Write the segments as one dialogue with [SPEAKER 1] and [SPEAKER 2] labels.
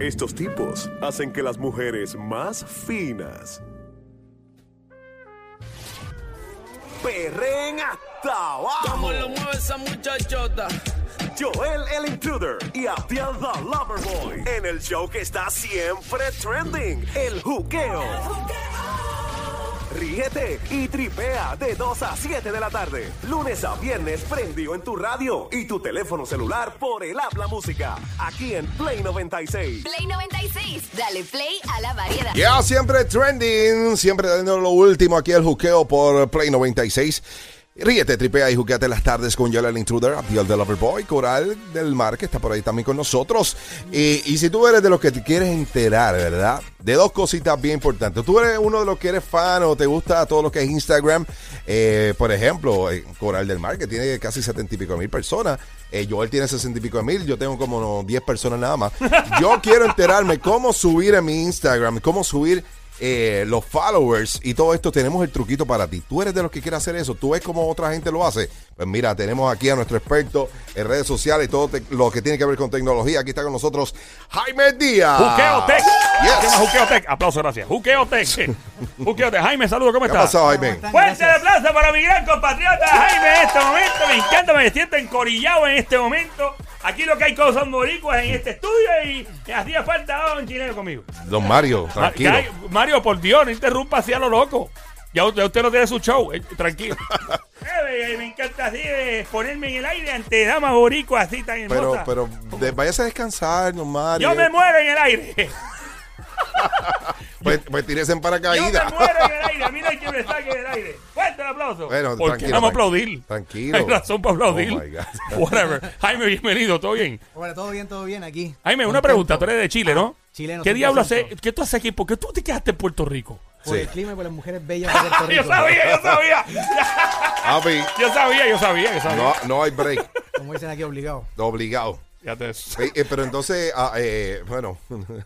[SPEAKER 1] Estos tipos hacen que las mujeres más finas perren hasta abajo.
[SPEAKER 2] ¿Cómo lo mueve esa muchachota?
[SPEAKER 1] Joel el Intruder y Abdiel the Loverboy en el show que está siempre trending, el juqueo. Ríete y tripea de 2 a 7 de la tarde, lunes a viernes prendido en tu radio y tu teléfono celular por el habla música, aquí en Play 96.
[SPEAKER 3] Play 96, dale play a la variedad.
[SPEAKER 4] Ya, siempre trending, siempre dando lo último aquí al juqueo por Play 96. Ríete, tripea y juqueate las tardes con Yola el Intruder, Abdiel de Loverboy, Coral del Mar, que está por ahí también con nosotros. Y, y si tú eres de los que te quieres enterar, ¿verdad? De dos cositas bien importantes. Tú eres uno de los que eres fan o te gusta todo lo que es Instagram. eh, por ejemplo, eh, Coral del Mar, que tiene casi setenta y pico mil personas. Eh, Joel tiene sesenta y pico de mil, yo tengo como 10 personas nada más. Yo quiero enterarme cómo subir en mi Instagram, cómo subir eh, los followers y todo esto, tenemos el truquito para ti. Tú eres de los que quiere hacer eso, tú ves cómo otra gente lo hace. Pues mira, tenemos aquí a nuestro experto en redes sociales y todo te- lo que tiene que ver con tecnología. Aquí está con nosotros Jaime Díaz.
[SPEAKER 5] Juqueo Tech. ¿Qué más
[SPEAKER 4] Yes.
[SPEAKER 5] Juqueo Tech? Aplauso, gracias. Juqueo Tech. Juqueo Tech. Jaime, saludos, ¿cómo
[SPEAKER 4] ¿Qué ha
[SPEAKER 5] estás?
[SPEAKER 4] pasado, Jaime?
[SPEAKER 5] Fuerte el aplauso para mi gran compatriota Jaime en este momento. Me encanta, me siento encorillado en este momento. Aquí lo que hay cosas son boricuas en este estudio y me hacía falta un chileno conmigo.
[SPEAKER 4] Don Mario,
[SPEAKER 5] Ma-
[SPEAKER 4] tranquilo.
[SPEAKER 5] Ay, Mario, por Dios, no interrumpa así a lo loco. Ya usted, usted no tiene su show, eh, tranquilo. Eh, me- me encanta así de ponerme en el aire ante damas boricuas así tan
[SPEAKER 4] Pero,
[SPEAKER 5] hermosas.
[SPEAKER 4] pero de- váyase a descansar, don Mario.
[SPEAKER 5] Yo me muero en el aire.
[SPEAKER 4] Pues, pues tírese en
[SPEAKER 5] Yo
[SPEAKER 4] paracaídas.
[SPEAKER 5] me muero en el aire. A mí no hay quien me saque del aire. Fuerte el aplauso.
[SPEAKER 4] Bueno,
[SPEAKER 5] ¿Por
[SPEAKER 4] tranquilo,
[SPEAKER 5] qué vamos a
[SPEAKER 4] tranquilo.
[SPEAKER 5] aplaudir?
[SPEAKER 4] Tranquilo.
[SPEAKER 5] Hay razón para aplaudir.
[SPEAKER 4] Oh, my God.
[SPEAKER 5] Whatever. Jaime, bienvenido. ¿Todo bien?
[SPEAKER 6] Hola, todo bien, todo bien aquí.
[SPEAKER 5] Jaime, una
[SPEAKER 6] Contento.
[SPEAKER 5] pregunta. Tú eres de Chile, ¿no?
[SPEAKER 6] chileno,
[SPEAKER 5] ¿Qué
[SPEAKER 6] 100%.
[SPEAKER 5] diablo hace? ¿Qué tú haces aquí? ¿Por qué tú te quedaste en Puerto Rico?
[SPEAKER 6] Por
[SPEAKER 4] Sí.
[SPEAKER 6] el clima y por las mujeres bellas de Puerto
[SPEAKER 5] yo
[SPEAKER 6] Rico.
[SPEAKER 5] sabía, yo sabía.
[SPEAKER 4] Papi,
[SPEAKER 5] yo sabía, yo sabía, yo sabía.
[SPEAKER 4] no, no hay break.
[SPEAKER 6] Como dicen aquí, obligado.
[SPEAKER 4] Obligado.
[SPEAKER 5] Ya te-
[SPEAKER 4] Eh, eh, pero entonces, ah, eh, bueno,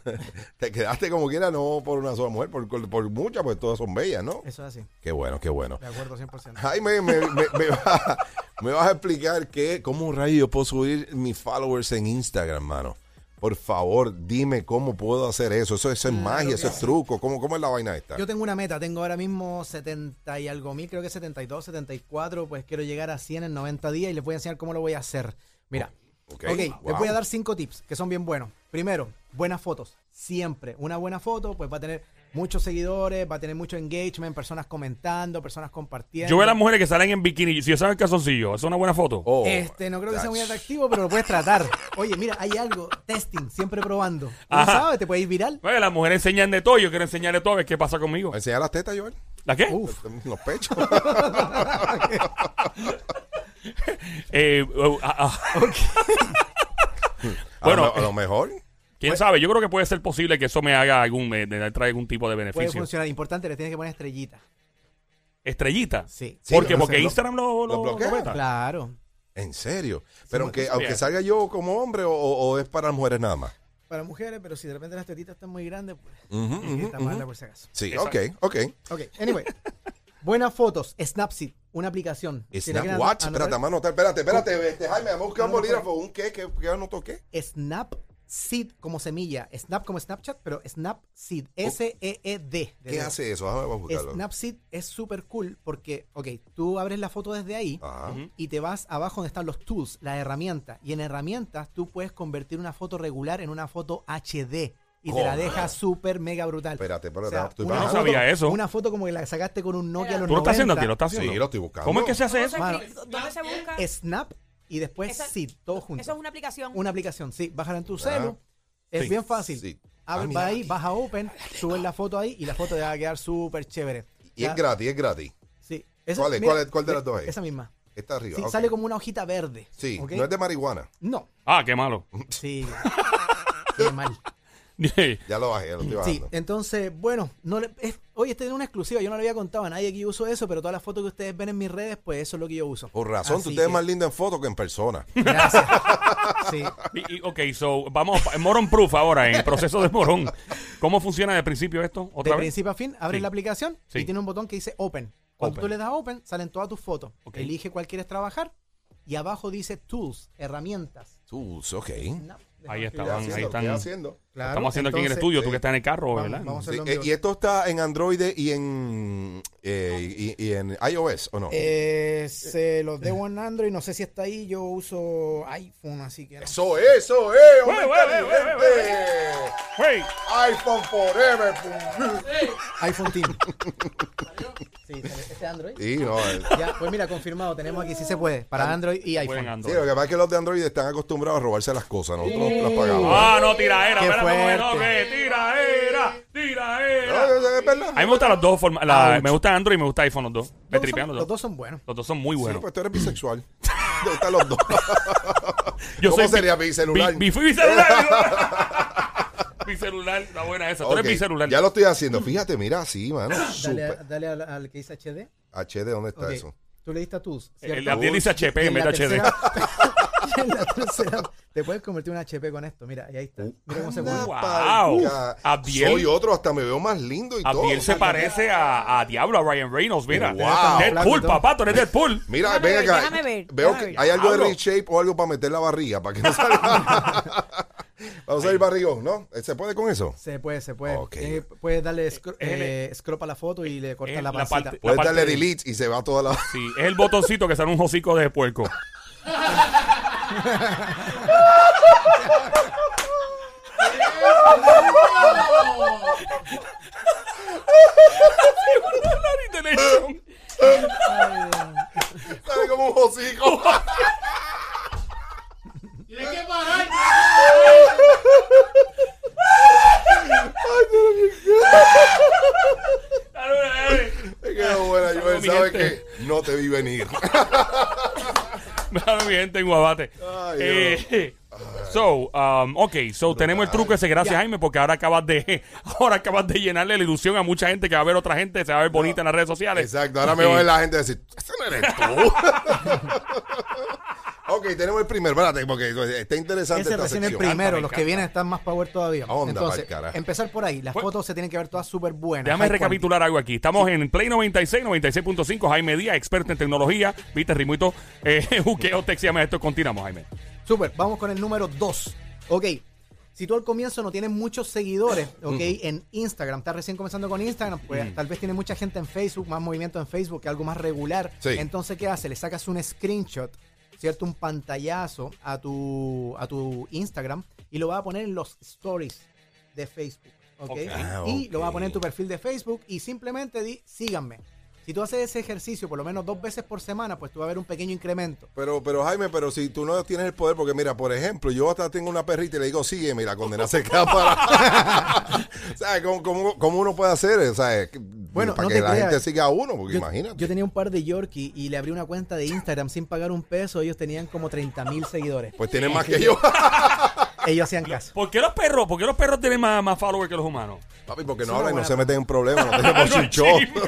[SPEAKER 4] te quedaste como quiera, no por una sola mujer, por, por muchas, pues todas son bellas, ¿no?
[SPEAKER 6] Eso es así.
[SPEAKER 4] Qué bueno, qué bueno.
[SPEAKER 6] De acuerdo, 100%.
[SPEAKER 4] Jaime, me, me, me va- me vas a explicar que, cómo un rayo yo puedo subir mis followers en Instagram, mano. Por favor, dime cómo puedo hacer eso. Eso, eso es magia, eso es truco. ¿Cómo, ¿Cómo es la vaina esta?
[SPEAKER 6] Yo tengo una meta. Tengo ahora mismo 70 y algo mil, creo que 72, 74. Pues quiero llegar a 100 en 90 días y les voy a enseñar cómo lo voy a hacer. Mira.
[SPEAKER 4] Ok,
[SPEAKER 6] Ok,
[SPEAKER 4] wow.
[SPEAKER 6] les voy a dar cinco tips que son bien buenos. Primero, buenas fotos. Siempre. Una buena foto, pues va a tener muchos seguidores, va a tener mucho engagement, personas comentando, personas compartiendo.
[SPEAKER 5] Yo veo a las mujeres que salen en bikini. Si yo saben el calzoncillo, ¿es una buena foto?
[SPEAKER 4] Oh,
[SPEAKER 6] Este, no creo que sea muy
[SPEAKER 4] that's-
[SPEAKER 6] atractivo, pero lo puedes tratar. Oye, mira, hay algo, testing, siempre probando. Tú No
[SPEAKER 5] Ajá.
[SPEAKER 6] sabes, te puede ir viral.
[SPEAKER 5] Bueno, las mujeres enseñan de todo. Yo quiero enseñar de todo. a ver ¿Qué pasa conmigo?
[SPEAKER 4] ¿Enseñar las tetas, Joel?
[SPEAKER 5] ¿La qué?
[SPEAKER 6] Uf.
[SPEAKER 4] Los pechos.
[SPEAKER 5] Eh, uh, ah, ah.
[SPEAKER 4] bueno, a,
[SPEAKER 5] Bueno,
[SPEAKER 4] lo, a lo mejor.
[SPEAKER 5] quién
[SPEAKER 6] Pues-
[SPEAKER 5] sabe, yo creo que puede ser posible que eso me haga algún, me, me traiga algún tipo de
[SPEAKER 6] Puede
[SPEAKER 5] beneficio.
[SPEAKER 6] funcionar. Importante, le tienes que poner estrellita.
[SPEAKER 5] Estrellita.
[SPEAKER 6] Sí.
[SPEAKER 4] Sí,
[SPEAKER 5] porque
[SPEAKER 4] lo-
[SPEAKER 5] porque
[SPEAKER 4] lo-
[SPEAKER 5] Instagram lo,
[SPEAKER 4] lo
[SPEAKER 5] lo,
[SPEAKER 4] bloquea.
[SPEAKER 5] lo veta.
[SPEAKER 6] Claro.
[SPEAKER 4] En serio. Pero aunque,
[SPEAKER 5] sí.
[SPEAKER 4] aunque salga yo como hombre o, o- o es para mujeres nada más.
[SPEAKER 6] Para mujeres, pero si de repente las tetitas están muy grandes, pues
[SPEAKER 4] Ujú,
[SPEAKER 6] es que está mala por si acaso.
[SPEAKER 4] Sí,
[SPEAKER 5] Exacto.
[SPEAKER 4] ok, ok.
[SPEAKER 6] Ok, anyway. Buenas fotos. Snapseed, una aplicación. Si la
[SPEAKER 4] Snap
[SPEAKER 6] quieren
[SPEAKER 4] Watch,
[SPEAKER 6] anotar-
[SPEAKER 4] espérate, mano, espérate, espérate, este, Jaime, vamos a buscar un bolígrafo, un qué, qué, qué anotó qué.
[SPEAKER 6] Snapseed como semilla. Snap como Snapchat, pero Snapseed. S-E-E-D. de
[SPEAKER 4] Oh. ¿Qué
[SPEAKER 6] dedo.
[SPEAKER 4] hace eso? Déjame buscarlo.
[SPEAKER 6] Snapseed es súper cool porque, ok, tú abres la foto desde ahí
[SPEAKER 4] Ajá.
[SPEAKER 6] y te vas abajo donde están los tools, las herramientas. Y en herramientas tú puedes convertir una foto regular en una foto HD y te
[SPEAKER 4] ¿Cómo?
[SPEAKER 6] la deja súper mega brutal.
[SPEAKER 4] Espérate, espérate,
[SPEAKER 6] O sea,
[SPEAKER 4] estoy
[SPEAKER 6] una
[SPEAKER 4] bajando.
[SPEAKER 5] No sabía eso.
[SPEAKER 6] Una foto como que la sacaste con un Nokia a los
[SPEAKER 5] ¿Tú lo estás haciendo,
[SPEAKER 6] 90.
[SPEAKER 5] tío? ¿Lo estás
[SPEAKER 4] Sí,
[SPEAKER 5] haciendo?
[SPEAKER 4] lo estoy buscando.
[SPEAKER 5] ¿Cómo es que se hace
[SPEAKER 7] ¿Cómo
[SPEAKER 5] eso?
[SPEAKER 7] se
[SPEAKER 6] Mano.
[SPEAKER 7] escribe? ¿Dónde se busca?
[SPEAKER 6] Snap y después
[SPEAKER 7] Esa-
[SPEAKER 6] Seed, todo junto.
[SPEAKER 7] Eso es una aplicación.
[SPEAKER 6] Una aplicación, sí. Bájala en tu
[SPEAKER 4] Ajá.
[SPEAKER 6] celu. Es
[SPEAKER 5] Sí,
[SPEAKER 6] bien fácil.
[SPEAKER 4] sí. Ah,
[SPEAKER 6] Abre
[SPEAKER 4] mira,
[SPEAKER 6] va ahí,
[SPEAKER 4] aquí.
[SPEAKER 6] baja Open, subes la foto ahí y la foto te va a quedar súper chévere.
[SPEAKER 4] Y es
[SPEAKER 6] Ya-
[SPEAKER 4] gratis, es gratis.
[SPEAKER 6] Sí.
[SPEAKER 4] ¿Cuál es? ¿Cuál es- cuál de las dos es?
[SPEAKER 6] Esa misma.
[SPEAKER 4] Está arriba.
[SPEAKER 6] Sí,
[SPEAKER 4] ok.
[SPEAKER 6] sale como una hojita verde.
[SPEAKER 4] Sí,
[SPEAKER 6] ¿ok?
[SPEAKER 4] no es de marihuana.
[SPEAKER 6] No.
[SPEAKER 5] Ah, qué malo.
[SPEAKER 6] Sí. Qué mal.
[SPEAKER 4] Ya lo bajé, lo estoy
[SPEAKER 6] Sí,
[SPEAKER 4] bajando.
[SPEAKER 6] entonces, bueno, no le- es- oye, este es una exclusiva, yo no le había contado a nadie que yo uso eso, pero todas las fotos que ustedes ven en mis redes, pues eso es lo que yo uso.
[SPEAKER 4] Por razón, tú
[SPEAKER 6] Así
[SPEAKER 4] te ves
[SPEAKER 6] que-
[SPEAKER 4] más lindo en foto que en persona.
[SPEAKER 6] Gracias. Sí.
[SPEAKER 5] Y- y- ok, so vamos a Moron Proof ahora, en el proceso de Morón. ¿Cómo funciona de principio esto?
[SPEAKER 6] De
[SPEAKER 5] ¿Otra vez?
[SPEAKER 6] principio a fin, abres
[SPEAKER 5] Sí.
[SPEAKER 6] la aplicación
[SPEAKER 5] Sí.
[SPEAKER 6] y tiene un botón que dice Open. Cuando
[SPEAKER 5] Open.
[SPEAKER 6] tú le das Open, salen todas tus fotos.
[SPEAKER 5] Ok.
[SPEAKER 6] Elige cuál quieres trabajar y abajo dice Tools, herramientas.
[SPEAKER 4] Tools, ok.
[SPEAKER 6] No.
[SPEAKER 5] Ahí
[SPEAKER 4] ¿Qué
[SPEAKER 5] estaban,
[SPEAKER 4] haciendo?
[SPEAKER 5] ahí están.
[SPEAKER 4] ¿Qué haciendo?
[SPEAKER 6] Claro,
[SPEAKER 5] Estamos haciendo aquí en el
[SPEAKER 6] entonces-
[SPEAKER 5] estudio, tú que estás en el carro,
[SPEAKER 6] Vamos-
[SPEAKER 5] ¿verdad?
[SPEAKER 6] vamos a-
[SPEAKER 4] Sí,
[SPEAKER 6] Hacerlo en
[SPEAKER 4] eh,
[SPEAKER 6] vivo.
[SPEAKER 4] y esto está en Android y en, eh, y, y en iOS, ¿o no?
[SPEAKER 6] Eh, se los debo en Android, no sé si está ahí, yo uso iPhone, así que... no.
[SPEAKER 4] Eso, eso, eh, hombre,
[SPEAKER 5] Güey, güey, güey,
[SPEAKER 4] inteligente.
[SPEAKER 5] güey, güey, Güey,
[SPEAKER 4] iPhone Forever. pum.
[SPEAKER 6] iPhone Team. sí, salió. este Android.
[SPEAKER 4] Sí, no, eh.
[SPEAKER 6] Ya, pues mira, confirmado, tenemos aquí, sí se puede, para Android y
[SPEAKER 5] buen
[SPEAKER 6] iPhone.
[SPEAKER 4] Sí,
[SPEAKER 5] Android.
[SPEAKER 4] lo que pasa es que los de Android están acostumbrados a robarse las cosas, nosotros las pagamos.
[SPEAKER 5] Ah, no, tiraera,
[SPEAKER 6] Qué
[SPEAKER 5] espérate un momento,
[SPEAKER 6] fuerte.
[SPEAKER 5] que tiraera,
[SPEAKER 4] No,
[SPEAKER 5] tiraera.
[SPEAKER 4] no, no, es verdad.
[SPEAKER 5] A mí me gustan las dos formas, la- me gusta Android y me gusta iPhone los dos. Me
[SPEAKER 6] Los dos
[SPEAKER 5] tripean
[SPEAKER 6] son-
[SPEAKER 5] los
[SPEAKER 6] los
[SPEAKER 5] dos.
[SPEAKER 6] dos son buenos.
[SPEAKER 5] Los dos son muy
[SPEAKER 4] Sí,
[SPEAKER 5] buenos.
[SPEAKER 4] pues tú eres bisexual. Te gustan los dos.
[SPEAKER 5] Yo
[SPEAKER 4] ¿Cómo
[SPEAKER 5] soy bi-
[SPEAKER 4] sería bicelular?
[SPEAKER 5] Bi- bi- bicelular. bicelular, la buena esa. Tú
[SPEAKER 4] Ok,
[SPEAKER 5] eres bicelular.
[SPEAKER 4] Ya lo estoy haciendo. Fíjate, mira, sí, mano.
[SPEAKER 6] Dale, a-
[SPEAKER 4] Super.
[SPEAKER 6] dale al, al que dice HD.
[SPEAKER 4] HD, ¿dónde está
[SPEAKER 6] Ok,
[SPEAKER 4] eso?
[SPEAKER 6] Tú le diste a tus, ¿cierto?
[SPEAKER 5] El Abdiel dice HP
[SPEAKER 6] Y
[SPEAKER 5] en vez de HD.
[SPEAKER 6] tercera- y en la tercera, te puedes convertir en un HP con esto, mira, y ahí
[SPEAKER 4] Uh.
[SPEAKER 6] está. Mira cómo se
[SPEAKER 4] Anda
[SPEAKER 6] mueve.
[SPEAKER 5] Wow.
[SPEAKER 4] pa'l-
[SPEAKER 5] Abdiel.
[SPEAKER 4] Soy otro, hasta me veo más lindo y todo.
[SPEAKER 5] Abdiel se parece a, a Diablo, a Ryan Reynolds, mira.
[SPEAKER 4] Wow.
[SPEAKER 5] Deadpool, papá, tú eres Deadpool.
[SPEAKER 4] Mira,
[SPEAKER 7] Déjame
[SPEAKER 4] ven
[SPEAKER 7] ver,
[SPEAKER 4] acá.
[SPEAKER 7] déjame ver,
[SPEAKER 4] Veo
[SPEAKER 7] déjame
[SPEAKER 4] que
[SPEAKER 7] ver.
[SPEAKER 4] hay algo de
[SPEAKER 5] Abro.
[SPEAKER 4] reshape o algo para meter la barriga, para que no salga. Vamos a ver el barrigón, ¿no? Eh, ¿Se puede con eso?
[SPEAKER 6] Se puede, se puede.
[SPEAKER 4] Ok.
[SPEAKER 6] Eh, puedes darle scro-
[SPEAKER 5] el-
[SPEAKER 6] eh, scrop a la foto y le cortas
[SPEAKER 5] el-
[SPEAKER 6] la
[SPEAKER 5] Eh, la
[SPEAKER 6] pancita.
[SPEAKER 5] parte-
[SPEAKER 4] Puedes
[SPEAKER 5] parte
[SPEAKER 4] darle
[SPEAKER 5] de-
[SPEAKER 4] delete y se va toda la.
[SPEAKER 5] Sí, es el botoncito que sale un hocico de puerco.
[SPEAKER 4] Sale como un
[SPEAKER 5] Uh.
[SPEAKER 4] hocico. Me quedo buena, Joel.
[SPEAKER 5] mi
[SPEAKER 4] Sabes
[SPEAKER 5] gente.
[SPEAKER 4] que no te vi venir.
[SPEAKER 5] Claro, mi gente en Guabate.
[SPEAKER 4] Ay,
[SPEAKER 5] Eh, so, um, ok, so tenemos el truco ese, gracias Jaime, porque ahora acabas de ahora acabas de llenarle la ilusión a mucha gente que va a ver otra gente, se va a ver bonita en las redes sociales.
[SPEAKER 4] Exacto, ahora me va a ver la gente decir, ese no eres tú. ok, tenemos el primero, espérate, porque pues, está interesante
[SPEAKER 6] Ese
[SPEAKER 4] esta
[SPEAKER 6] recién el
[SPEAKER 4] sección.
[SPEAKER 6] primero,
[SPEAKER 5] me
[SPEAKER 6] los que
[SPEAKER 5] encanta.
[SPEAKER 6] vienen están más power todavía.
[SPEAKER 4] Onda
[SPEAKER 6] Entonces,
[SPEAKER 4] pa'l carajo.
[SPEAKER 6] empezar por ahí. Las
[SPEAKER 5] Pues-
[SPEAKER 6] fotos se tienen que ver todas súper buenas.
[SPEAKER 5] Déjame
[SPEAKER 6] high quality.
[SPEAKER 5] recapitular algo aquí. Estamos en Play 96, 96.5. Jaime Díaz, experto en tecnología. Viste, Rimuito. Eh, juqueo, te llama esto. Continuamos, Jaime.
[SPEAKER 6] Súper, vamos con el número 2. Ok, si tú al comienzo no tienes muchos seguidores, ok, en Instagram, estás recién comenzando con Instagram, pues tal vez tienes mucha gente en Facebook, más movimiento en Facebook, que algo más regular.
[SPEAKER 4] Sí.
[SPEAKER 6] Entonces, ¿qué hace? Le sacas un screenshot, ¿cierto? Un pantallazo a tu, a tu Instagram y lo vas a poner en los stories de Facebook, ¿ok?
[SPEAKER 5] Ok.
[SPEAKER 4] Ah,
[SPEAKER 6] Y lo vas a
[SPEAKER 4] ok.
[SPEAKER 6] poner en tu perfil de Facebook y simplemente di, síganme. Si tú haces ese ejercicio por lo menos dos veces por semana, pues tú vas a ver un pequeño incremento.
[SPEAKER 4] Pero, pero Jaime, pero si tú no tienes el poder, porque mira, por ejemplo, yo hasta tengo una perrita y le digo, sígueme, y la condena se queda para. ¿Sabes? ¿Cómo, cómo, cómo uno puede hacer? eso? ¿Sabes?
[SPEAKER 6] Bueno,
[SPEAKER 4] para
[SPEAKER 6] no
[SPEAKER 4] que
[SPEAKER 6] te
[SPEAKER 4] la
[SPEAKER 6] creas.
[SPEAKER 4] gente siga a uno, porque
[SPEAKER 6] Yo-
[SPEAKER 4] imagínate.
[SPEAKER 6] Yo tenía un par de Yorkie y le abrí una cuenta de Instagram sin pagar un peso. Ellos tenían como 30 mil seguidores.
[SPEAKER 4] Pues tiene más que yo.
[SPEAKER 6] Ellos hacían caso.
[SPEAKER 5] ¿Por qué los perros? ¿Por qué los perros tienen más, más followers que los humanos?
[SPEAKER 4] Papi, porque
[SPEAKER 6] Es
[SPEAKER 4] no
[SPEAKER 6] una
[SPEAKER 4] hablan y no se
[SPEAKER 6] buena-
[SPEAKER 4] meten en problemas, no tenemos
[SPEAKER 5] No hay
[SPEAKER 4] un show.
[SPEAKER 5] chisme.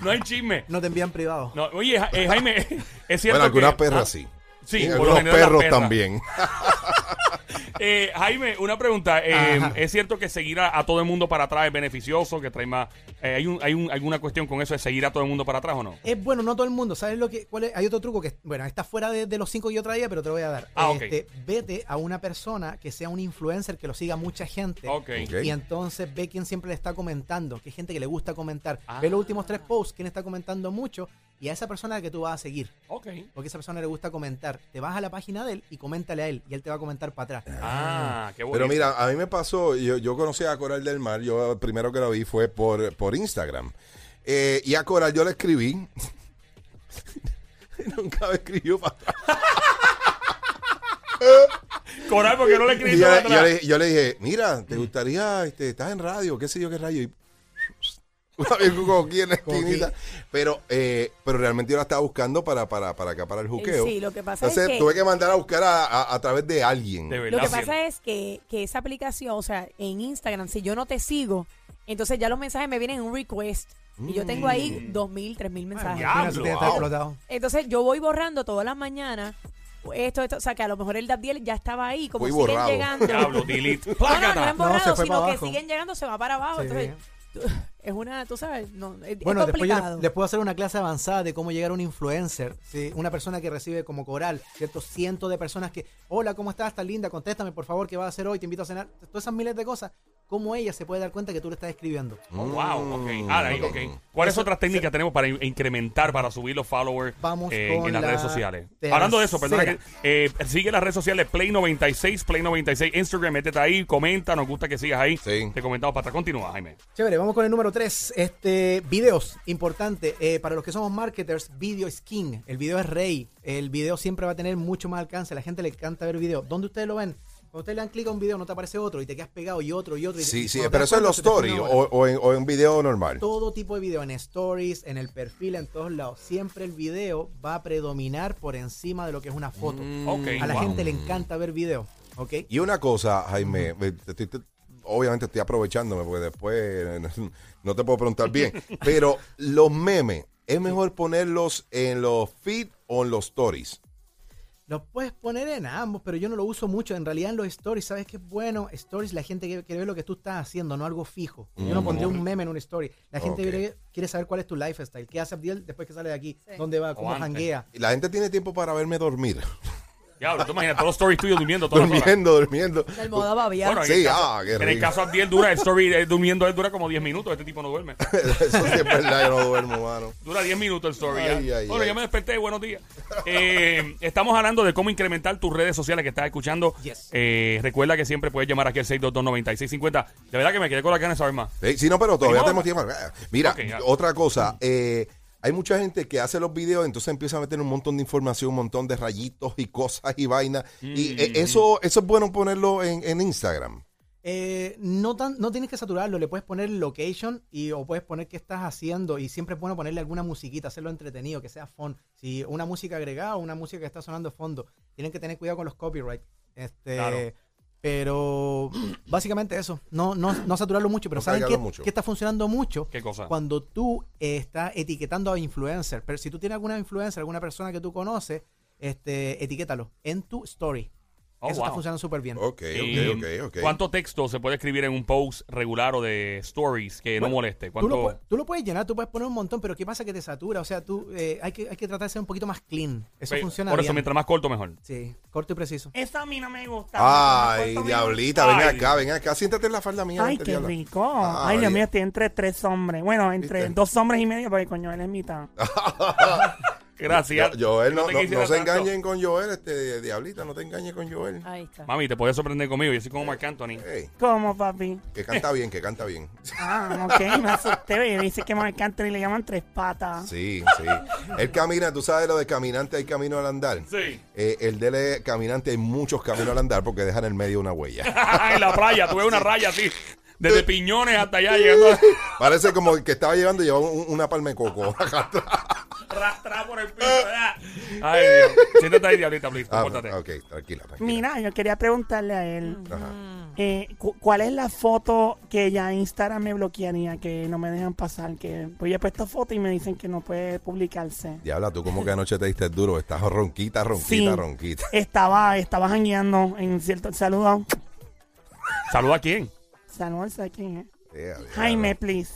[SPEAKER 5] No hay chisme.
[SPEAKER 6] No te envían privado.
[SPEAKER 5] No, oye, Ja- eh, Jaime, es cierto
[SPEAKER 4] Bueno, algunas
[SPEAKER 5] que-
[SPEAKER 4] perras
[SPEAKER 5] ah,
[SPEAKER 4] sí.
[SPEAKER 5] Sí,
[SPEAKER 4] Y
[SPEAKER 5] por lo
[SPEAKER 4] algunos
[SPEAKER 5] general las
[SPEAKER 4] perros
[SPEAKER 5] perras.
[SPEAKER 4] también.
[SPEAKER 5] Eh, Jaime, una pregunta. Eh,
[SPEAKER 6] Ajá.
[SPEAKER 5] ¿Es cierto que seguir a, a todo el mundo para atrás es beneficioso? ¿Que trae más? eh, ¿Hay, un- hay un- alguna cuestión con eso de seguir a todo el mundo para atrás o no?
[SPEAKER 6] Es bueno, no todo el mundo. ¿Sabes lo que? Cuál es? Hay otro truco que, bueno, está fuera de, de los cinco que yo traía, pero te lo voy a dar. Este,
[SPEAKER 5] Ah, ok.
[SPEAKER 6] Vete a una persona que sea un influencer, que lo siga mucha gente.
[SPEAKER 5] Ok.
[SPEAKER 4] Ok.
[SPEAKER 6] Y entonces ve quién siempre le está comentando, que gente que le gusta comentar.
[SPEAKER 5] Ah.
[SPEAKER 6] Ve los últimos tres posts, quién está comentando mucho, y a esa persona a la que tú vas a seguir.
[SPEAKER 5] Ok.
[SPEAKER 6] Porque a esa persona le gusta comentar. Te vas a la página de él y coméntale a él, y él te va a comentar para atrás.
[SPEAKER 5] Ah, qué bueno.
[SPEAKER 4] Pero mira, a mí me pasó, yo, yo conocí a Coral del Mar, yo el primero que la vi fue por, por Instagram. Eh, y a Coral yo le escribí. Nunca me escribió para atrás.
[SPEAKER 5] Coral, ¿por qué no le
[SPEAKER 4] Y
[SPEAKER 5] escribiste
[SPEAKER 4] yo,
[SPEAKER 5] para
[SPEAKER 4] yo
[SPEAKER 5] atrás?
[SPEAKER 4] le, yo le dije, mira,
[SPEAKER 6] Mm.
[SPEAKER 4] ¿te gustaría, este, estás en radio, qué sé yo qué rayo? Y una vez como aquí en la
[SPEAKER 6] Como aquí.
[SPEAKER 4] esquinita. Pero, eh, pero realmente yo la estaba buscando para, para, para acá, para el juqueo.
[SPEAKER 7] Eh, Sí, lo que pasa es
[SPEAKER 4] Entonces
[SPEAKER 7] que-
[SPEAKER 4] tuve que mandar a buscar a, a- a través de alguien.
[SPEAKER 5] De verdad,
[SPEAKER 7] Lo que
[SPEAKER 5] sí.
[SPEAKER 7] pasa es que, que esa aplicación, o sea, en Instagram, si yo no te sigo, entonces ya los mensajes me vienen en un request. Y yo tengo
[SPEAKER 4] Mm.
[SPEAKER 7] ahí dos mil, tres mil mensajes.
[SPEAKER 5] diablo.
[SPEAKER 6] Mira, eso tiene que estar
[SPEAKER 5] wow.
[SPEAKER 6] explotado.
[SPEAKER 7] Entonces yo voy borrando todas las mañanas esto, esto. O sea, que a lo mejor el Dabdiel ya estaba ahí, como
[SPEAKER 4] Voy
[SPEAKER 7] siguen
[SPEAKER 4] borrado.
[SPEAKER 7] llegando.
[SPEAKER 5] Diablo, delete.
[SPEAKER 7] No, no, no
[SPEAKER 5] Plácata.
[SPEAKER 6] No,
[SPEAKER 7] eran
[SPEAKER 6] se
[SPEAKER 7] borrados,
[SPEAKER 6] fue para
[SPEAKER 7] sino que
[SPEAKER 6] abajo.
[SPEAKER 7] siguen llegando, se va para abajo.
[SPEAKER 6] Sí.
[SPEAKER 7] Entonces, tú- Es una, tú sabes, no, es, es
[SPEAKER 6] Bueno, después yo
[SPEAKER 7] complicado.
[SPEAKER 6] les, les puedo hacer una clase avanzada de cómo llegar a un influencer, ¿sí? una persona que recibe como coral, ¿cierto? Cientos de personas que, hola, ¿cómo estás? ¿Estás linda? Contéstame, por favor, ¿qué vas a hacer hoy? Te invito a cenar. Todas esas miles de cosas. ¿Cómo ella se puede dar cuenta que tú le estás escribiendo?
[SPEAKER 5] Oh, wow, ok. Ah, ahí, ok. ¿Cuáles
[SPEAKER 6] Eso-
[SPEAKER 5] otras técnicas tenemos para in- incrementar, para subir los followers
[SPEAKER 6] Vamos
[SPEAKER 5] eh, en
[SPEAKER 6] con
[SPEAKER 5] las
[SPEAKER 6] la
[SPEAKER 5] redes sociales? Hablando de eso, perdona que,
[SPEAKER 6] tercera.
[SPEAKER 5] eh, sigue las redes sociales Play96, Play96, Instagram, métete ahí, comenta, nos gusta que sigas ahí.
[SPEAKER 4] Sí.
[SPEAKER 5] Te comentamos para atrás. Continúa, Jaime.
[SPEAKER 6] Chévere, vamos con el número 3. Este, videos, importante. eh, para los que somos marketers, video es king. El video es rey. El video siempre va a tener mucho más alcance. A la gente le encanta ver video. ¿Dónde ustedes lo ven? Cuando ustedes le dan clic a un video, no te aparece otro y te quedas pegado y otro y otro. y-
[SPEAKER 4] Sí,
[SPEAKER 6] y
[SPEAKER 4] sí,
[SPEAKER 6] cuando te
[SPEAKER 4] pero
[SPEAKER 6] das
[SPEAKER 4] eso es
[SPEAKER 6] cuenta,
[SPEAKER 4] los
[SPEAKER 6] se te fue
[SPEAKER 4] stories
[SPEAKER 6] una
[SPEAKER 4] o,
[SPEAKER 6] hora.
[SPEAKER 4] o en, o en video normal.
[SPEAKER 6] Todo tipo de video, en stories, en el perfil, en todos lados. Siempre el video va a predominar por encima de lo que es una foto.
[SPEAKER 5] Mm, Ok,
[SPEAKER 6] a la
[SPEAKER 5] wow.
[SPEAKER 6] gente le encanta ver video. ¿Ok?
[SPEAKER 4] Y una cosa, Jaime, eh, te- te- te- obviamente estoy aprovechándome porque después eh, no te puedo preguntar bien, pero los memes, ¿es mejor ponerlos en los feed o en los stories?
[SPEAKER 6] Los puedes poner en ambos, pero yo no lo uso mucho. En realidad en los stories, ¿sabes qué es bueno? Stories, la gente que quiere ver lo que tú estás haciendo, no algo fijo. Yo no pondría un meme en un story. La gente
[SPEAKER 4] Ok.
[SPEAKER 6] quiere, quiere saber cuál es tu lifestyle. ¿Qué hace Abdiel después que sale de aquí? ¿Dónde va? ¿Cómo
[SPEAKER 5] antes.
[SPEAKER 6] janguea?
[SPEAKER 4] Y La gente tiene tiempo para verme dormir.
[SPEAKER 5] Diablo, tú imaginas todos los stories tuyos durmiendo todas las horas.
[SPEAKER 4] durmiendo, durmiendo.
[SPEAKER 7] Del modo babiar.
[SPEAKER 5] Bueno, en
[SPEAKER 4] Sí,
[SPEAKER 5] el caso,
[SPEAKER 4] ah, qué
[SPEAKER 5] en el
[SPEAKER 4] rico.
[SPEAKER 5] caso de él dura, el story eh, durmiendo él dura como 10 minutos, este tipo no duerme.
[SPEAKER 4] Eso sí es verdad, yo no duermo, mano.
[SPEAKER 5] Dura 10 minutos el story. ya.
[SPEAKER 4] Ay, ay,
[SPEAKER 5] bueno,
[SPEAKER 4] ay.
[SPEAKER 5] ya me desperté, buenos días. Eh, estamos hablando de cómo incrementar tus redes sociales que estás escuchando.
[SPEAKER 6] Yes.
[SPEAKER 5] Eh, recuerda que siempre puedes llamar aquí al 622-9650. De verdad que me quedé con la ganas de saber más.
[SPEAKER 4] Sí, sí, no, pero todavía
[SPEAKER 5] Ni modo.
[SPEAKER 4] tenemos tiempo. Ah, Mira,
[SPEAKER 5] Ok, ya.
[SPEAKER 4] otra cosa. eh, hay mucha gente que hace los videos, entonces empieza a meter un montón de información, un montón de rayitos y cosas y vainas. Y eh,
[SPEAKER 5] Mm.
[SPEAKER 4] eso, eso es bueno ponerlo en, en Instagram.
[SPEAKER 6] Eh, no, tan, no tienes que saturarlo, le puedes poner location y, o puedes poner qué estás haciendo y siempre es bueno ponerle alguna musiquita, hacerlo entretenido, que sea fun. Si una música agregada o una música que está sonando de fondo, tienen que tener cuidado con los copyright. Este,
[SPEAKER 5] Claro.
[SPEAKER 6] Pero básicamente eso, no, no, no saturarlo mucho, pero
[SPEAKER 4] No
[SPEAKER 6] ¿saben
[SPEAKER 4] cargarlo
[SPEAKER 6] qué,
[SPEAKER 4] mucho.
[SPEAKER 6] qué está funcionando mucho?
[SPEAKER 5] ¿Qué cosa?
[SPEAKER 6] Cuando tú eh, estás etiquetando a influencer, pero si tú tienes alguna influencer, alguna persona que tú conoces, este, etiquétalo en tu story.
[SPEAKER 5] Oh,
[SPEAKER 6] eso
[SPEAKER 5] wow.
[SPEAKER 6] está funcionando súper bien.
[SPEAKER 4] Ok,
[SPEAKER 5] Y,
[SPEAKER 4] ok, ok, ok.
[SPEAKER 5] ¿Cuánto texto se puede escribir en un post regular o de stories que no
[SPEAKER 6] Bueno,
[SPEAKER 5] moleste?
[SPEAKER 6] Tú lo,
[SPEAKER 5] ¿Cuánto?
[SPEAKER 6] pu- tú lo puedes llenar, tú puedes poner un montón, pero ¿qué pasa que te satura? O sea, tú eh, hay, que, hay que tratar de ser un poquito más clean. Eso
[SPEAKER 5] Ve,
[SPEAKER 6] funciona
[SPEAKER 5] Por eso,
[SPEAKER 6] bien.
[SPEAKER 5] mientras más corto, mejor.
[SPEAKER 6] Sí, corto y preciso.
[SPEAKER 5] Esa a mí no me gusta.
[SPEAKER 4] Ah. Ay, diablita, ven
[SPEAKER 5] Ay.
[SPEAKER 4] acá, ven acá. Siéntate en la falda mía. este
[SPEAKER 8] Ay,
[SPEAKER 4] vente,
[SPEAKER 8] qué
[SPEAKER 4] diabla.
[SPEAKER 8] rico.
[SPEAKER 4] Ah,
[SPEAKER 8] Ay, Dios
[SPEAKER 4] ya.
[SPEAKER 8] mío, estoy entre tres hombres. Bueno, entre
[SPEAKER 4] ¿Viste? Ah.
[SPEAKER 8] dos hombres y medio, porque coño, él es mitad.
[SPEAKER 5] Gracias.
[SPEAKER 4] Yo- Joel, no,
[SPEAKER 5] te
[SPEAKER 4] no-
[SPEAKER 5] quisiera
[SPEAKER 4] no se
[SPEAKER 5] tanto.
[SPEAKER 4] engañen con Joel, este, diablita, no te engañes con Joel.
[SPEAKER 7] Ahí está.
[SPEAKER 5] Mami, te puedes sorprender conmigo. Yo soy como Marc Anthony.
[SPEAKER 4] Ey,
[SPEAKER 8] ¿Cómo, papi?
[SPEAKER 4] que canta bien, que canta bien.
[SPEAKER 8] Ah, ok, me asusté, bebé. Dice que Marc Anthony le llaman tres patas.
[SPEAKER 4] Sí, sí. Él camina, tú sabes lo de caminante, hay camino al andar.
[SPEAKER 5] Sí.
[SPEAKER 4] Eh, el dele caminante hay muchos caminos al andar porque dejan en el medio una huella.
[SPEAKER 5] en la playa, tuve una raya así. Desde piñones hasta allá llegando a-
[SPEAKER 4] Parece como el que estaba llevando llevaba un- una palma de coco.
[SPEAKER 5] arrastrado por el piso. ¿verdad? Ay, Dios. Siéntate ahí, diablita, please.
[SPEAKER 4] Ah,
[SPEAKER 5] Compórtate.
[SPEAKER 4] ok, tranquila, tranquila.
[SPEAKER 8] Mira, yo quería preguntarle a él,
[SPEAKER 4] Ajá.
[SPEAKER 8] eh, cu- ¿cuál es la foto que ya Instagram me bloquearía, que no me dejan pasar? Que pues yo he puesto foto y me dicen que no puede publicarse.
[SPEAKER 4] Diabla, tú como que anoche te diste duro. Estás ronquita, ronquita,
[SPEAKER 8] Sí.
[SPEAKER 4] ronquita.
[SPEAKER 8] Estaba, estaba jangueando en cierto... Saludo.
[SPEAKER 5] ¿Saluda a quién?
[SPEAKER 8] Saludos a quién, eh.
[SPEAKER 4] Yeah, diabla.
[SPEAKER 8] Jaime, please.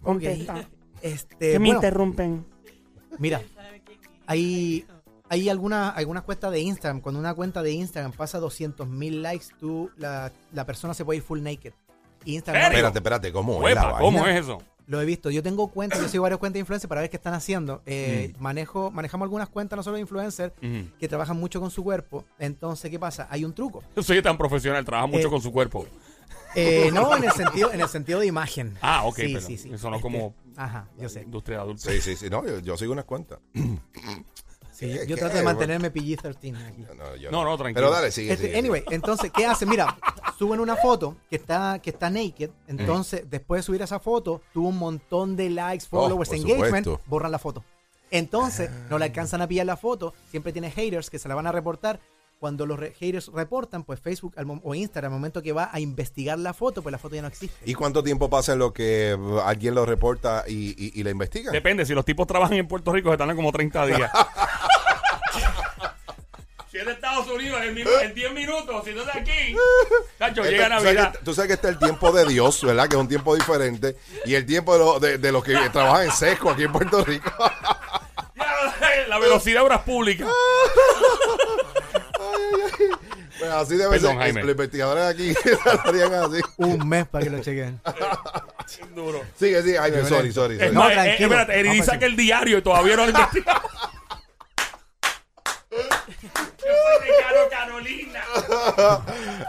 [SPEAKER 8] Contesta.
[SPEAKER 6] Este,
[SPEAKER 8] Que me
[SPEAKER 6] bueno,
[SPEAKER 8] interrumpen.
[SPEAKER 6] mira, hay, hay alguna, algunas cuentas de Instagram. Cuando una cuenta de Instagram pasa 200 mil likes, tú, la, la persona se puede ir full naked. Y Instagram
[SPEAKER 5] ¿Serio?
[SPEAKER 4] Espérate, espérate, ¿cómo es la
[SPEAKER 5] Huepa, ¿cómo
[SPEAKER 4] vaina?
[SPEAKER 5] es eso?
[SPEAKER 6] Lo he visto. Yo tengo cuentas, yo sigo varias cuentas de influencer para ver qué están haciendo. Eh, manejo, manejamos algunas cuentas, no solo de influencer,
[SPEAKER 5] Mm. Ujú.
[SPEAKER 6] que trabajan mucho con su cuerpo. Entonces, ¿qué pasa? Hay un truco.
[SPEAKER 5] Yo soy tan profesional, trabaja mucho
[SPEAKER 6] Eh,
[SPEAKER 5] con su cuerpo.
[SPEAKER 6] Eh, no, en el sentido, en el sentido de imagen.
[SPEAKER 5] Ah, ok, perdón. Sonó como-
[SPEAKER 6] Ajá, yo sé.
[SPEAKER 5] Industria de adultos.
[SPEAKER 4] Sí, sí, sí. No, yo, yo sigo unas cuentas.
[SPEAKER 6] Sí,
[SPEAKER 4] ¿Qué-
[SPEAKER 6] yo,
[SPEAKER 4] qué
[SPEAKER 6] yo trato de
[SPEAKER 4] es, eh,
[SPEAKER 6] mantenerme PG-13 aquí.
[SPEAKER 4] No, yo
[SPEAKER 5] No, no, tranquilo.
[SPEAKER 4] Pero dale, sigue,
[SPEAKER 6] Este,
[SPEAKER 4] sigue, sigue.
[SPEAKER 6] anyway, entonces, ¿qué hacen? Mira, suben una foto que está, que está naked. Entonces, después de subir esa foto, tuvo un montón de likes,
[SPEAKER 4] Mm. Oh,
[SPEAKER 6] followers,
[SPEAKER 4] por
[SPEAKER 6] engagement,
[SPEAKER 4] supuesto. Ah.
[SPEAKER 6] borran la foto. Entonces, no le alcanzan a pillar la foto. Siempre tiene haters que se la van a reportar. Cuando los re- haters reportan, pues Facebook al mom- o Instagram, al momento que va a investigar la foto, pues la foto ya no existe.
[SPEAKER 4] ¿Y cuánto tiempo pasa en lo que alguien lo reporta y, y, y la investiga?
[SPEAKER 5] Depende, si los tipos trabajan en Puerto Rico se tardan como 30 días. si es de Estados Unidos en, mi- en 10 minutos, si no estás aquí, Nacho,
[SPEAKER 4] Este,
[SPEAKER 5] llega
[SPEAKER 4] tú sabes
[SPEAKER 5] Navidad.
[SPEAKER 4] que- tú sabes que este es el tiempo de Dios, ¿verdad? Que es un tiempo diferente. Y el tiempo de, lo- de- de los que trabajan en sesco aquí en Puerto Rico.
[SPEAKER 5] Ya, La velocidad de obras públicas.
[SPEAKER 4] Pues así debe
[SPEAKER 5] Perdón,
[SPEAKER 4] ser.
[SPEAKER 5] Jaime.
[SPEAKER 4] Los investigadores aquí estarían así.
[SPEAKER 6] Un mes para que lo chequen.
[SPEAKER 5] Duro.
[SPEAKER 4] Sigue, sigue. Ay, sorry, sorry.
[SPEAKER 5] Es
[SPEAKER 4] sorry.
[SPEAKER 5] más, eh,
[SPEAKER 6] tranquilo.
[SPEAKER 5] eh, espérate, Eridi
[SPEAKER 6] Vamos,
[SPEAKER 5] saca el diario y todavía no lo investigado. Carolina.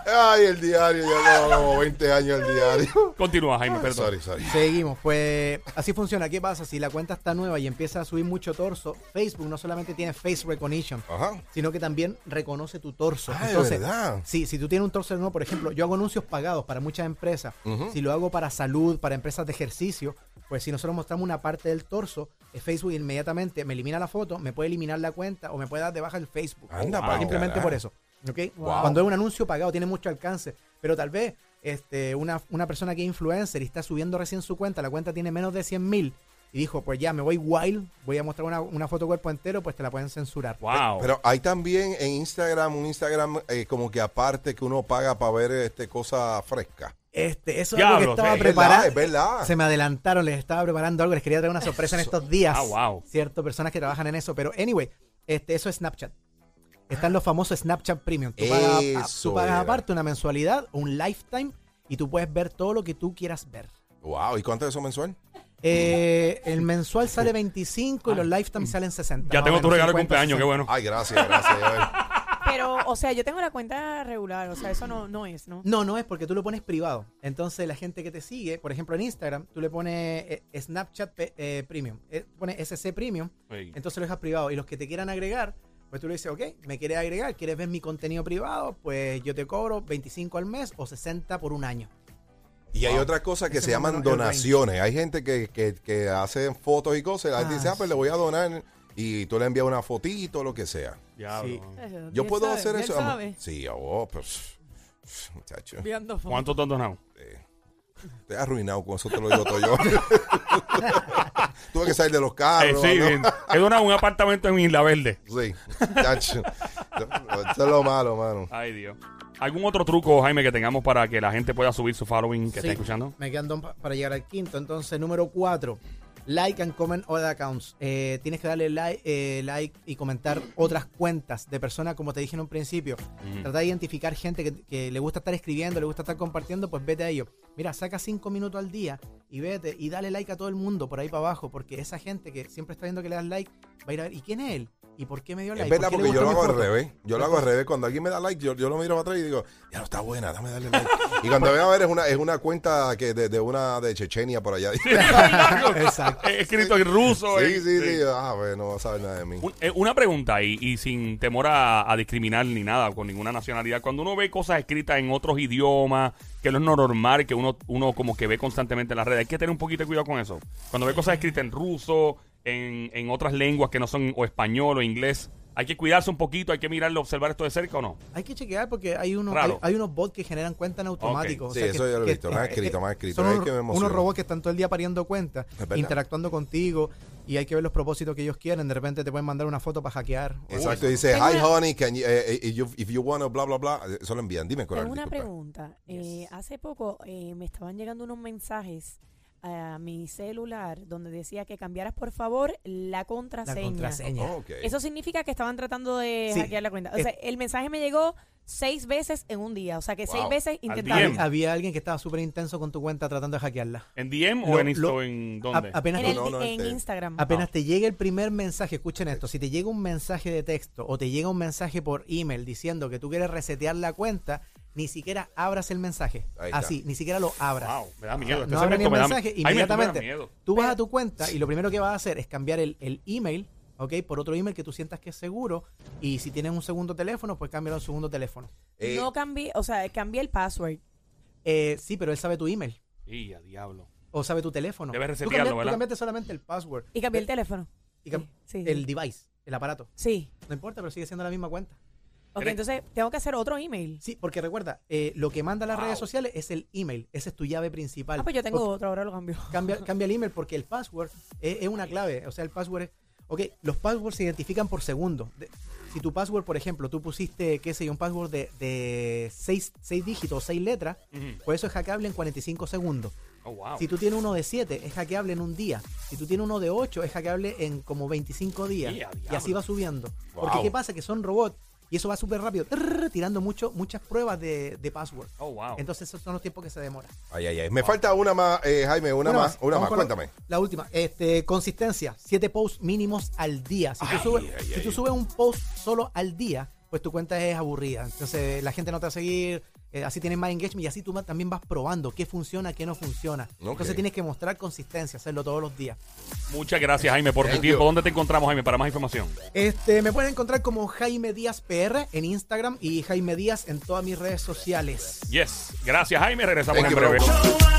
[SPEAKER 4] Ay, el diario. Ya no, como 20 años el diario.
[SPEAKER 5] Continúa, Jaime, perdón.
[SPEAKER 4] Sorry, sorry.
[SPEAKER 6] Seguimos, pues así funciona. ¿Qué pasa? Si la cuenta está nueva y empieza a subir mucho torso, Facebook no solamente tiene face recognition,
[SPEAKER 4] Ajá.
[SPEAKER 6] sino que también reconoce tu torso.
[SPEAKER 4] Ah, ¿de verdad?
[SPEAKER 6] Sí, si tú tienes un torso nuevo, por ejemplo, yo hago anuncios pagados para muchas empresas. Si lo hago para salud, para empresas de ejercicio, pues si nosotros mostramos una parte del torso, eh, Facebook inmediatamente me elimina la foto, me puede eliminar la cuenta o me puede dar de baja el Facebook. Ah,
[SPEAKER 4] Anda pa'l
[SPEAKER 6] Simplemente
[SPEAKER 4] carajo.
[SPEAKER 6] por eso. ¿ok? Cuando es un anuncio pagado tiene mucho alcance, pero tal vez este, una, una persona que es influencer y está subiendo recién su cuenta, la cuenta tiene menos de 100 mil y dijo, pues ya me voy wild, voy a mostrar una, una foto cuerpo entero, pues te la pueden censurar.
[SPEAKER 5] Wow.
[SPEAKER 4] Pero hay también en Instagram, un Instagram eh, como que aparte que uno paga para ver este, cosas frescas.
[SPEAKER 6] Este, eso es
[SPEAKER 5] Diablo,
[SPEAKER 6] algo que estaba
[SPEAKER 5] es
[SPEAKER 4] verdad,
[SPEAKER 6] preparando.
[SPEAKER 4] es verdad.
[SPEAKER 6] Se me adelantaron, les estaba preparando algo, les quería traer una sorpresa en estos días.
[SPEAKER 5] Ah, wow.
[SPEAKER 6] Cierto, personas que trabajan en eso. Pero anyway, este, eso es Snapchat. Están los famosos Snapchat Premium. Tú pagas, a-
[SPEAKER 4] Eso
[SPEAKER 6] tú pagas
[SPEAKER 4] era.
[SPEAKER 6] aparte una mensualidad, un lifetime, y tú puedes ver todo lo que tú quieras ver.
[SPEAKER 4] Wow, ¿y cuánto es eso mensual?
[SPEAKER 6] Eh, el mensual sale 25 y los lifetime salen 60.
[SPEAKER 5] Mm. Ah. Ya
[SPEAKER 6] más
[SPEAKER 5] tengo
[SPEAKER 6] o
[SPEAKER 5] tu
[SPEAKER 6] menos,
[SPEAKER 5] regalo de
[SPEAKER 6] 50,
[SPEAKER 5] cumpleaños, qué bueno.
[SPEAKER 4] Ay, gracias, gracias. de verdad.
[SPEAKER 7] Pero, o sea, yo tengo la cuenta regular, o sea, eso no, no es, ¿no?
[SPEAKER 6] No, no es porque tú lo pones privado. Entonces la gente que te sigue, por ejemplo en Instagram, tú le pones eh, Snapchat pe- eh, Premium, eh, pones SC Premium,
[SPEAKER 5] Sí.
[SPEAKER 6] entonces lo dejas privado. Y los que te quieran agregar, pues tú le dices, ok, me quieres agregar, quieres ver mi contenido privado, pues yo te cobro 25 al mes o 60 por un año.
[SPEAKER 4] Y hay otra cosa que
[SPEAKER 6] Ese
[SPEAKER 4] se
[SPEAKER 6] es un
[SPEAKER 4] llaman
[SPEAKER 6] buen- buen range.
[SPEAKER 4] donaciones. Hay gente que, que, que hace fotos y cosas.
[SPEAKER 6] Ah,
[SPEAKER 4] dice, ah, pues le voy a donar. Y tú le envías una fotito, lo que sea.
[SPEAKER 5] Diablo.
[SPEAKER 6] Sí.
[SPEAKER 7] Eso,
[SPEAKER 4] Yo
[SPEAKER 7] él
[SPEAKER 4] puedo
[SPEAKER 7] sabe,
[SPEAKER 4] hacer
[SPEAKER 7] él
[SPEAKER 4] eso. amor.
[SPEAKER 7] sabe.
[SPEAKER 4] Sí, a vos, pues. Muchacho,
[SPEAKER 7] Viendo fotos.
[SPEAKER 5] ¿Cuánto te han donado?
[SPEAKER 4] te has arruinado con eso, te lo digo todo yo. Tuve que salir de los carros.
[SPEAKER 5] Eh, sí,
[SPEAKER 4] ¿no?
[SPEAKER 5] bien. he donado un apartamento en Isla Verde.
[SPEAKER 4] Sí, muchacho. Eso es lo malo, mano.
[SPEAKER 5] Ay, Dios. ¿Algún otro truco, Jaime, que tengamos para que la gente pueda subir su following que
[SPEAKER 6] Sí,
[SPEAKER 5] está escuchando?
[SPEAKER 6] Me quedan dos pa- para llegar al quinto. Entonces, número cuatro. Like and comment other accounts. Eh, tienes que darle like, eh, like y comentar otras cuentas de personas, como te dije en un principio. Trata de identificar gente que, que le gusta estar escribiendo, le gusta estar compartiendo, pues vete a ellos. Mira, saca cinco minutos al día y vete y dale like a todo el mundo por ahí para abajo, porque esa gente que siempre está viendo que le das like va a ir a ver, ¿y quién es él? ¿Y por qué me dio like?
[SPEAKER 4] Es verdad,
[SPEAKER 6] ¿Por qué
[SPEAKER 4] porque
[SPEAKER 6] le
[SPEAKER 4] yo lo hago
[SPEAKER 6] gustó mi
[SPEAKER 4] al
[SPEAKER 6] foto?"
[SPEAKER 4] revés. Yo lo hago al revés. Cuando alguien me da like, yo, yo lo miro para atrás y digo, ya no está buena, dame darle like. Y cuando veo a ver, es una, es una cuenta que de, de una de Chechenia por allá. sí,
[SPEAKER 6] Exacto.
[SPEAKER 5] He escrito en ruso. eh.
[SPEAKER 4] sí, sí, Ah, pues no va a saber nada de mí.
[SPEAKER 5] Un- eh, una pregunta, y, y sin temor a, a discriminar ni nada, con ninguna nacionalidad. Cuando uno ve cosas escritas en otros idiomas, que no es normal, que uno, uno como que ve constantemente en las redes, hay que tener un poquito de cuidado con eso. Cuando ve cosas escritas en ruso, en, en otras lenguas que no son o español o inglés, hay que cuidarse un poquito, hay que mirarlo, observar esto de cerca o no.
[SPEAKER 6] Hay que chequear porque hay unos, hay,
[SPEAKER 5] Raro.
[SPEAKER 6] hay unos bots que generan cuentas en automático.
[SPEAKER 4] Sí, eso yo lo he visto. Me han escrito, me han escrito.
[SPEAKER 6] eh, Son
[SPEAKER 4] Es
[SPEAKER 6] unos,
[SPEAKER 4] que me
[SPEAKER 6] unos
[SPEAKER 4] emociona.
[SPEAKER 6] robots que están todo el día pariendo cuentas,
[SPEAKER 4] Es verdad.
[SPEAKER 6] interactuando contigo y hay que ver los propósitos que ellos quieren. De repente te pueden mandar una foto para hackear.
[SPEAKER 4] Exacto, dice,
[SPEAKER 7] Tengo
[SPEAKER 4] hi
[SPEAKER 7] una-
[SPEAKER 4] honey, can you, eh, eh, if you, if you wanna bla, bla, bla. Eso lo envían, dime, Coral.
[SPEAKER 7] Tengo una
[SPEAKER 4] disculpa.
[SPEAKER 7] pregunta. Eh, hace poco eh, me estaban llegando unos mensajes a mi celular donde decía que cambiaras por favor la
[SPEAKER 6] La
[SPEAKER 7] contraseña.
[SPEAKER 6] contraseña.
[SPEAKER 4] Oh, ok.
[SPEAKER 7] Eso significa que estaban tratando de
[SPEAKER 6] Sí.
[SPEAKER 7] hackear la cuenta. O
[SPEAKER 6] Es-
[SPEAKER 7] sea, el mensaje me llegó seis veces en un día. O sea, que
[SPEAKER 4] Wow.
[SPEAKER 7] seis veces
[SPEAKER 5] Al
[SPEAKER 7] intentaron.
[SPEAKER 5] DM.
[SPEAKER 6] Había alguien que estaba súper intenso con tu cuenta tratando de hackearla.
[SPEAKER 5] ¿En DM
[SPEAKER 6] Lo-
[SPEAKER 5] o en, Insta-
[SPEAKER 6] lo-
[SPEAKER 5] o en
[SPEAKER 6] A-
[SPEAKER 5] dónde?
[SPEAKER 6] apenas
[SPEAKER 7] En,
[SPEAKER 6] te-
[SPEAKER 7] el-
[SPEAKER 4] No, no,
[SPEAKER 7] en
[SPEAKER 4] este-
[SPEAKER 7] Instagram.
[SPEAKER 6] Apenas te llega el primer mensaje, escuchen esto, si te llega un mensaje de texto o te llega un mensaje por email diciendo que tú quieres resetear la cuenta, ni siquiera abras el mensaje.
[SPEAKER 4] Ahí está.
[SPEAKER 6] Así, ni siquiera lo abras.
[SPEAKER 5] Wow, me da miedo. Este
[SPEAKER 6] No abras ni
[SPEAKER 5] segmento
[SPEAKER 6] el
[SPEAKER 5] me da-
[SPEAKER 6] mensaje,
[SPEAKER 5] Ay, me- tú me das
[SPEAKER 6] inmediatamente.
[SPEAKER 5] miedo.
[SPEAKER 6] Tú vas a tu cuenta y lo primero que vas a hacer es cambiar el, el email, ¿ok? Por otro email que tú sientas que es seguro. Y si tienes un segundo teléfono, pues cámbialo al segundo teléfono.
[SPEAKER 4] Eh,
[SPEAKER 7] No cambié, o sea, cambié el password.
[SPEAKER 6] Eh, sí, pero él sabe tu email
[SPEAKER 5] Y a diablo.
[SPEAKER 6] o sabe tu teléfono.
[SPEAKER 5] Debes
[SPEAKER 6] Tú
[SPEAKER 5] resetearlo,
[SPEAKER 6] cambiaste-
[SPEAKER 5] ¿verdad?
[SPEAKER 6] Tú cambiaste solamente el password.
[SPEAKER 7] Y
[SPEAKER 4] eh,
[SPEAKER 7] cambié el teléfono.
[SPEAKER 6] Y cam-
[SPEAKER 7] Sí, sí.
[SPEAKER 6] El device, el aparato.
[SPEAKER 7] Sí.
[SPEAKER 6] No importa, pero sigue siendo la misma cuenta.
[SPEAKER 7] Ok,
[SPEAKER 5] Creo-
[SPEAKER 7] entonces tengo que hacer otro email.
[SPEAKER 6] Sí, porque recuerda, eh, lo que manda las redes sociales es el email. Esa es tu llave principal.
[SPEAKER 7] Ah, pues yo tengo
[SPEAKER 6] Ok,
[SPEAKER 7] otro, ahora lo cambio.
[SPEAKER 6] Cambia, cambia el email porque el password es, es una clave. O sea, el password es... Ok, los passwords se identifican por segundo. De- si tu password, por ejemplo, tú pusiste, qué sé yo, un password de, de seis, seis dígitos, seis letras, pues eso es hackeable en 45 segundos.
[SPEAKER 5] Oh, wow.
[SPEAKER 6] Si tú tienes uno de 7, es hackeable en un día. Si tú tienes uno de 8, es hackeable en como 25 días.
[SPEAKER 5] Ya,
[SPEAKER 6] y así
[SPEAKER 5] diablo.
[SPEAKER 6] va subiendo.
[SPEAKER 5] Wow.
[SPEAKER 6] Porque ¿qué pasa? Que son robots y eso va súper rápido, trrr, tirando mucho, muchas pruebas de, de password.
[SPEAKER 5] Oh, wow.
[SPEAKER 6] Entonces esos son los tiempos que se demora.
[SPEAKER 4] Ay, ay, ay. Me falta una más, eh, Jaime, una, más, una más.
[SPEAKER 6] Vamos con la-
[SPEAKER 4] Cuéntame.
[SPEAKER 6] La última. Este, consistencia. Siete posts mínimos al día. Si tú,
[SPEAKER 4] Ay,
[SPEAKER 6] subes,
[SPEAKER 4] ay,
[SPEAKER 6] si
[SPEAKER 4] ay.
[SPEAKER 6] tú subes un post solo al día, pues tu cuenta es aburrida. Entonces la gente no te va a seguir. eh, así tienes más engagement y así tú ma- también vas probando qué funciona, qué no funciona.
[SPEAKER 4] Ok.
[SPEAKER 6] Entonces tienes que mostrar consistencia, hacerlo todos los días.
[SPEAKER 5] Muchas gracias, Jaime, por tu
[SPEAKER 4] Thank
[SPEAKER 5] tiempo.
[SPEAKER 4] you.
[SPEAKER 5] ¿Dónde te encontramos, Jaime, para más información?
[SPEAKER 6] Este, me pueden encontrar como Jaime Díaz PR en Instagram y Jaime Díaz en todas mis redes sociales.
[SPEAKER 5] Yes. Gracias, Jaime. Regresamos
[SPEAKER 4] Thank
[SPEAKER 5] en
[SPEAKER 4] you,
[SPEAKER 5] breve.
[SPEAKER 4] bro.
[SPEAKER 5] Este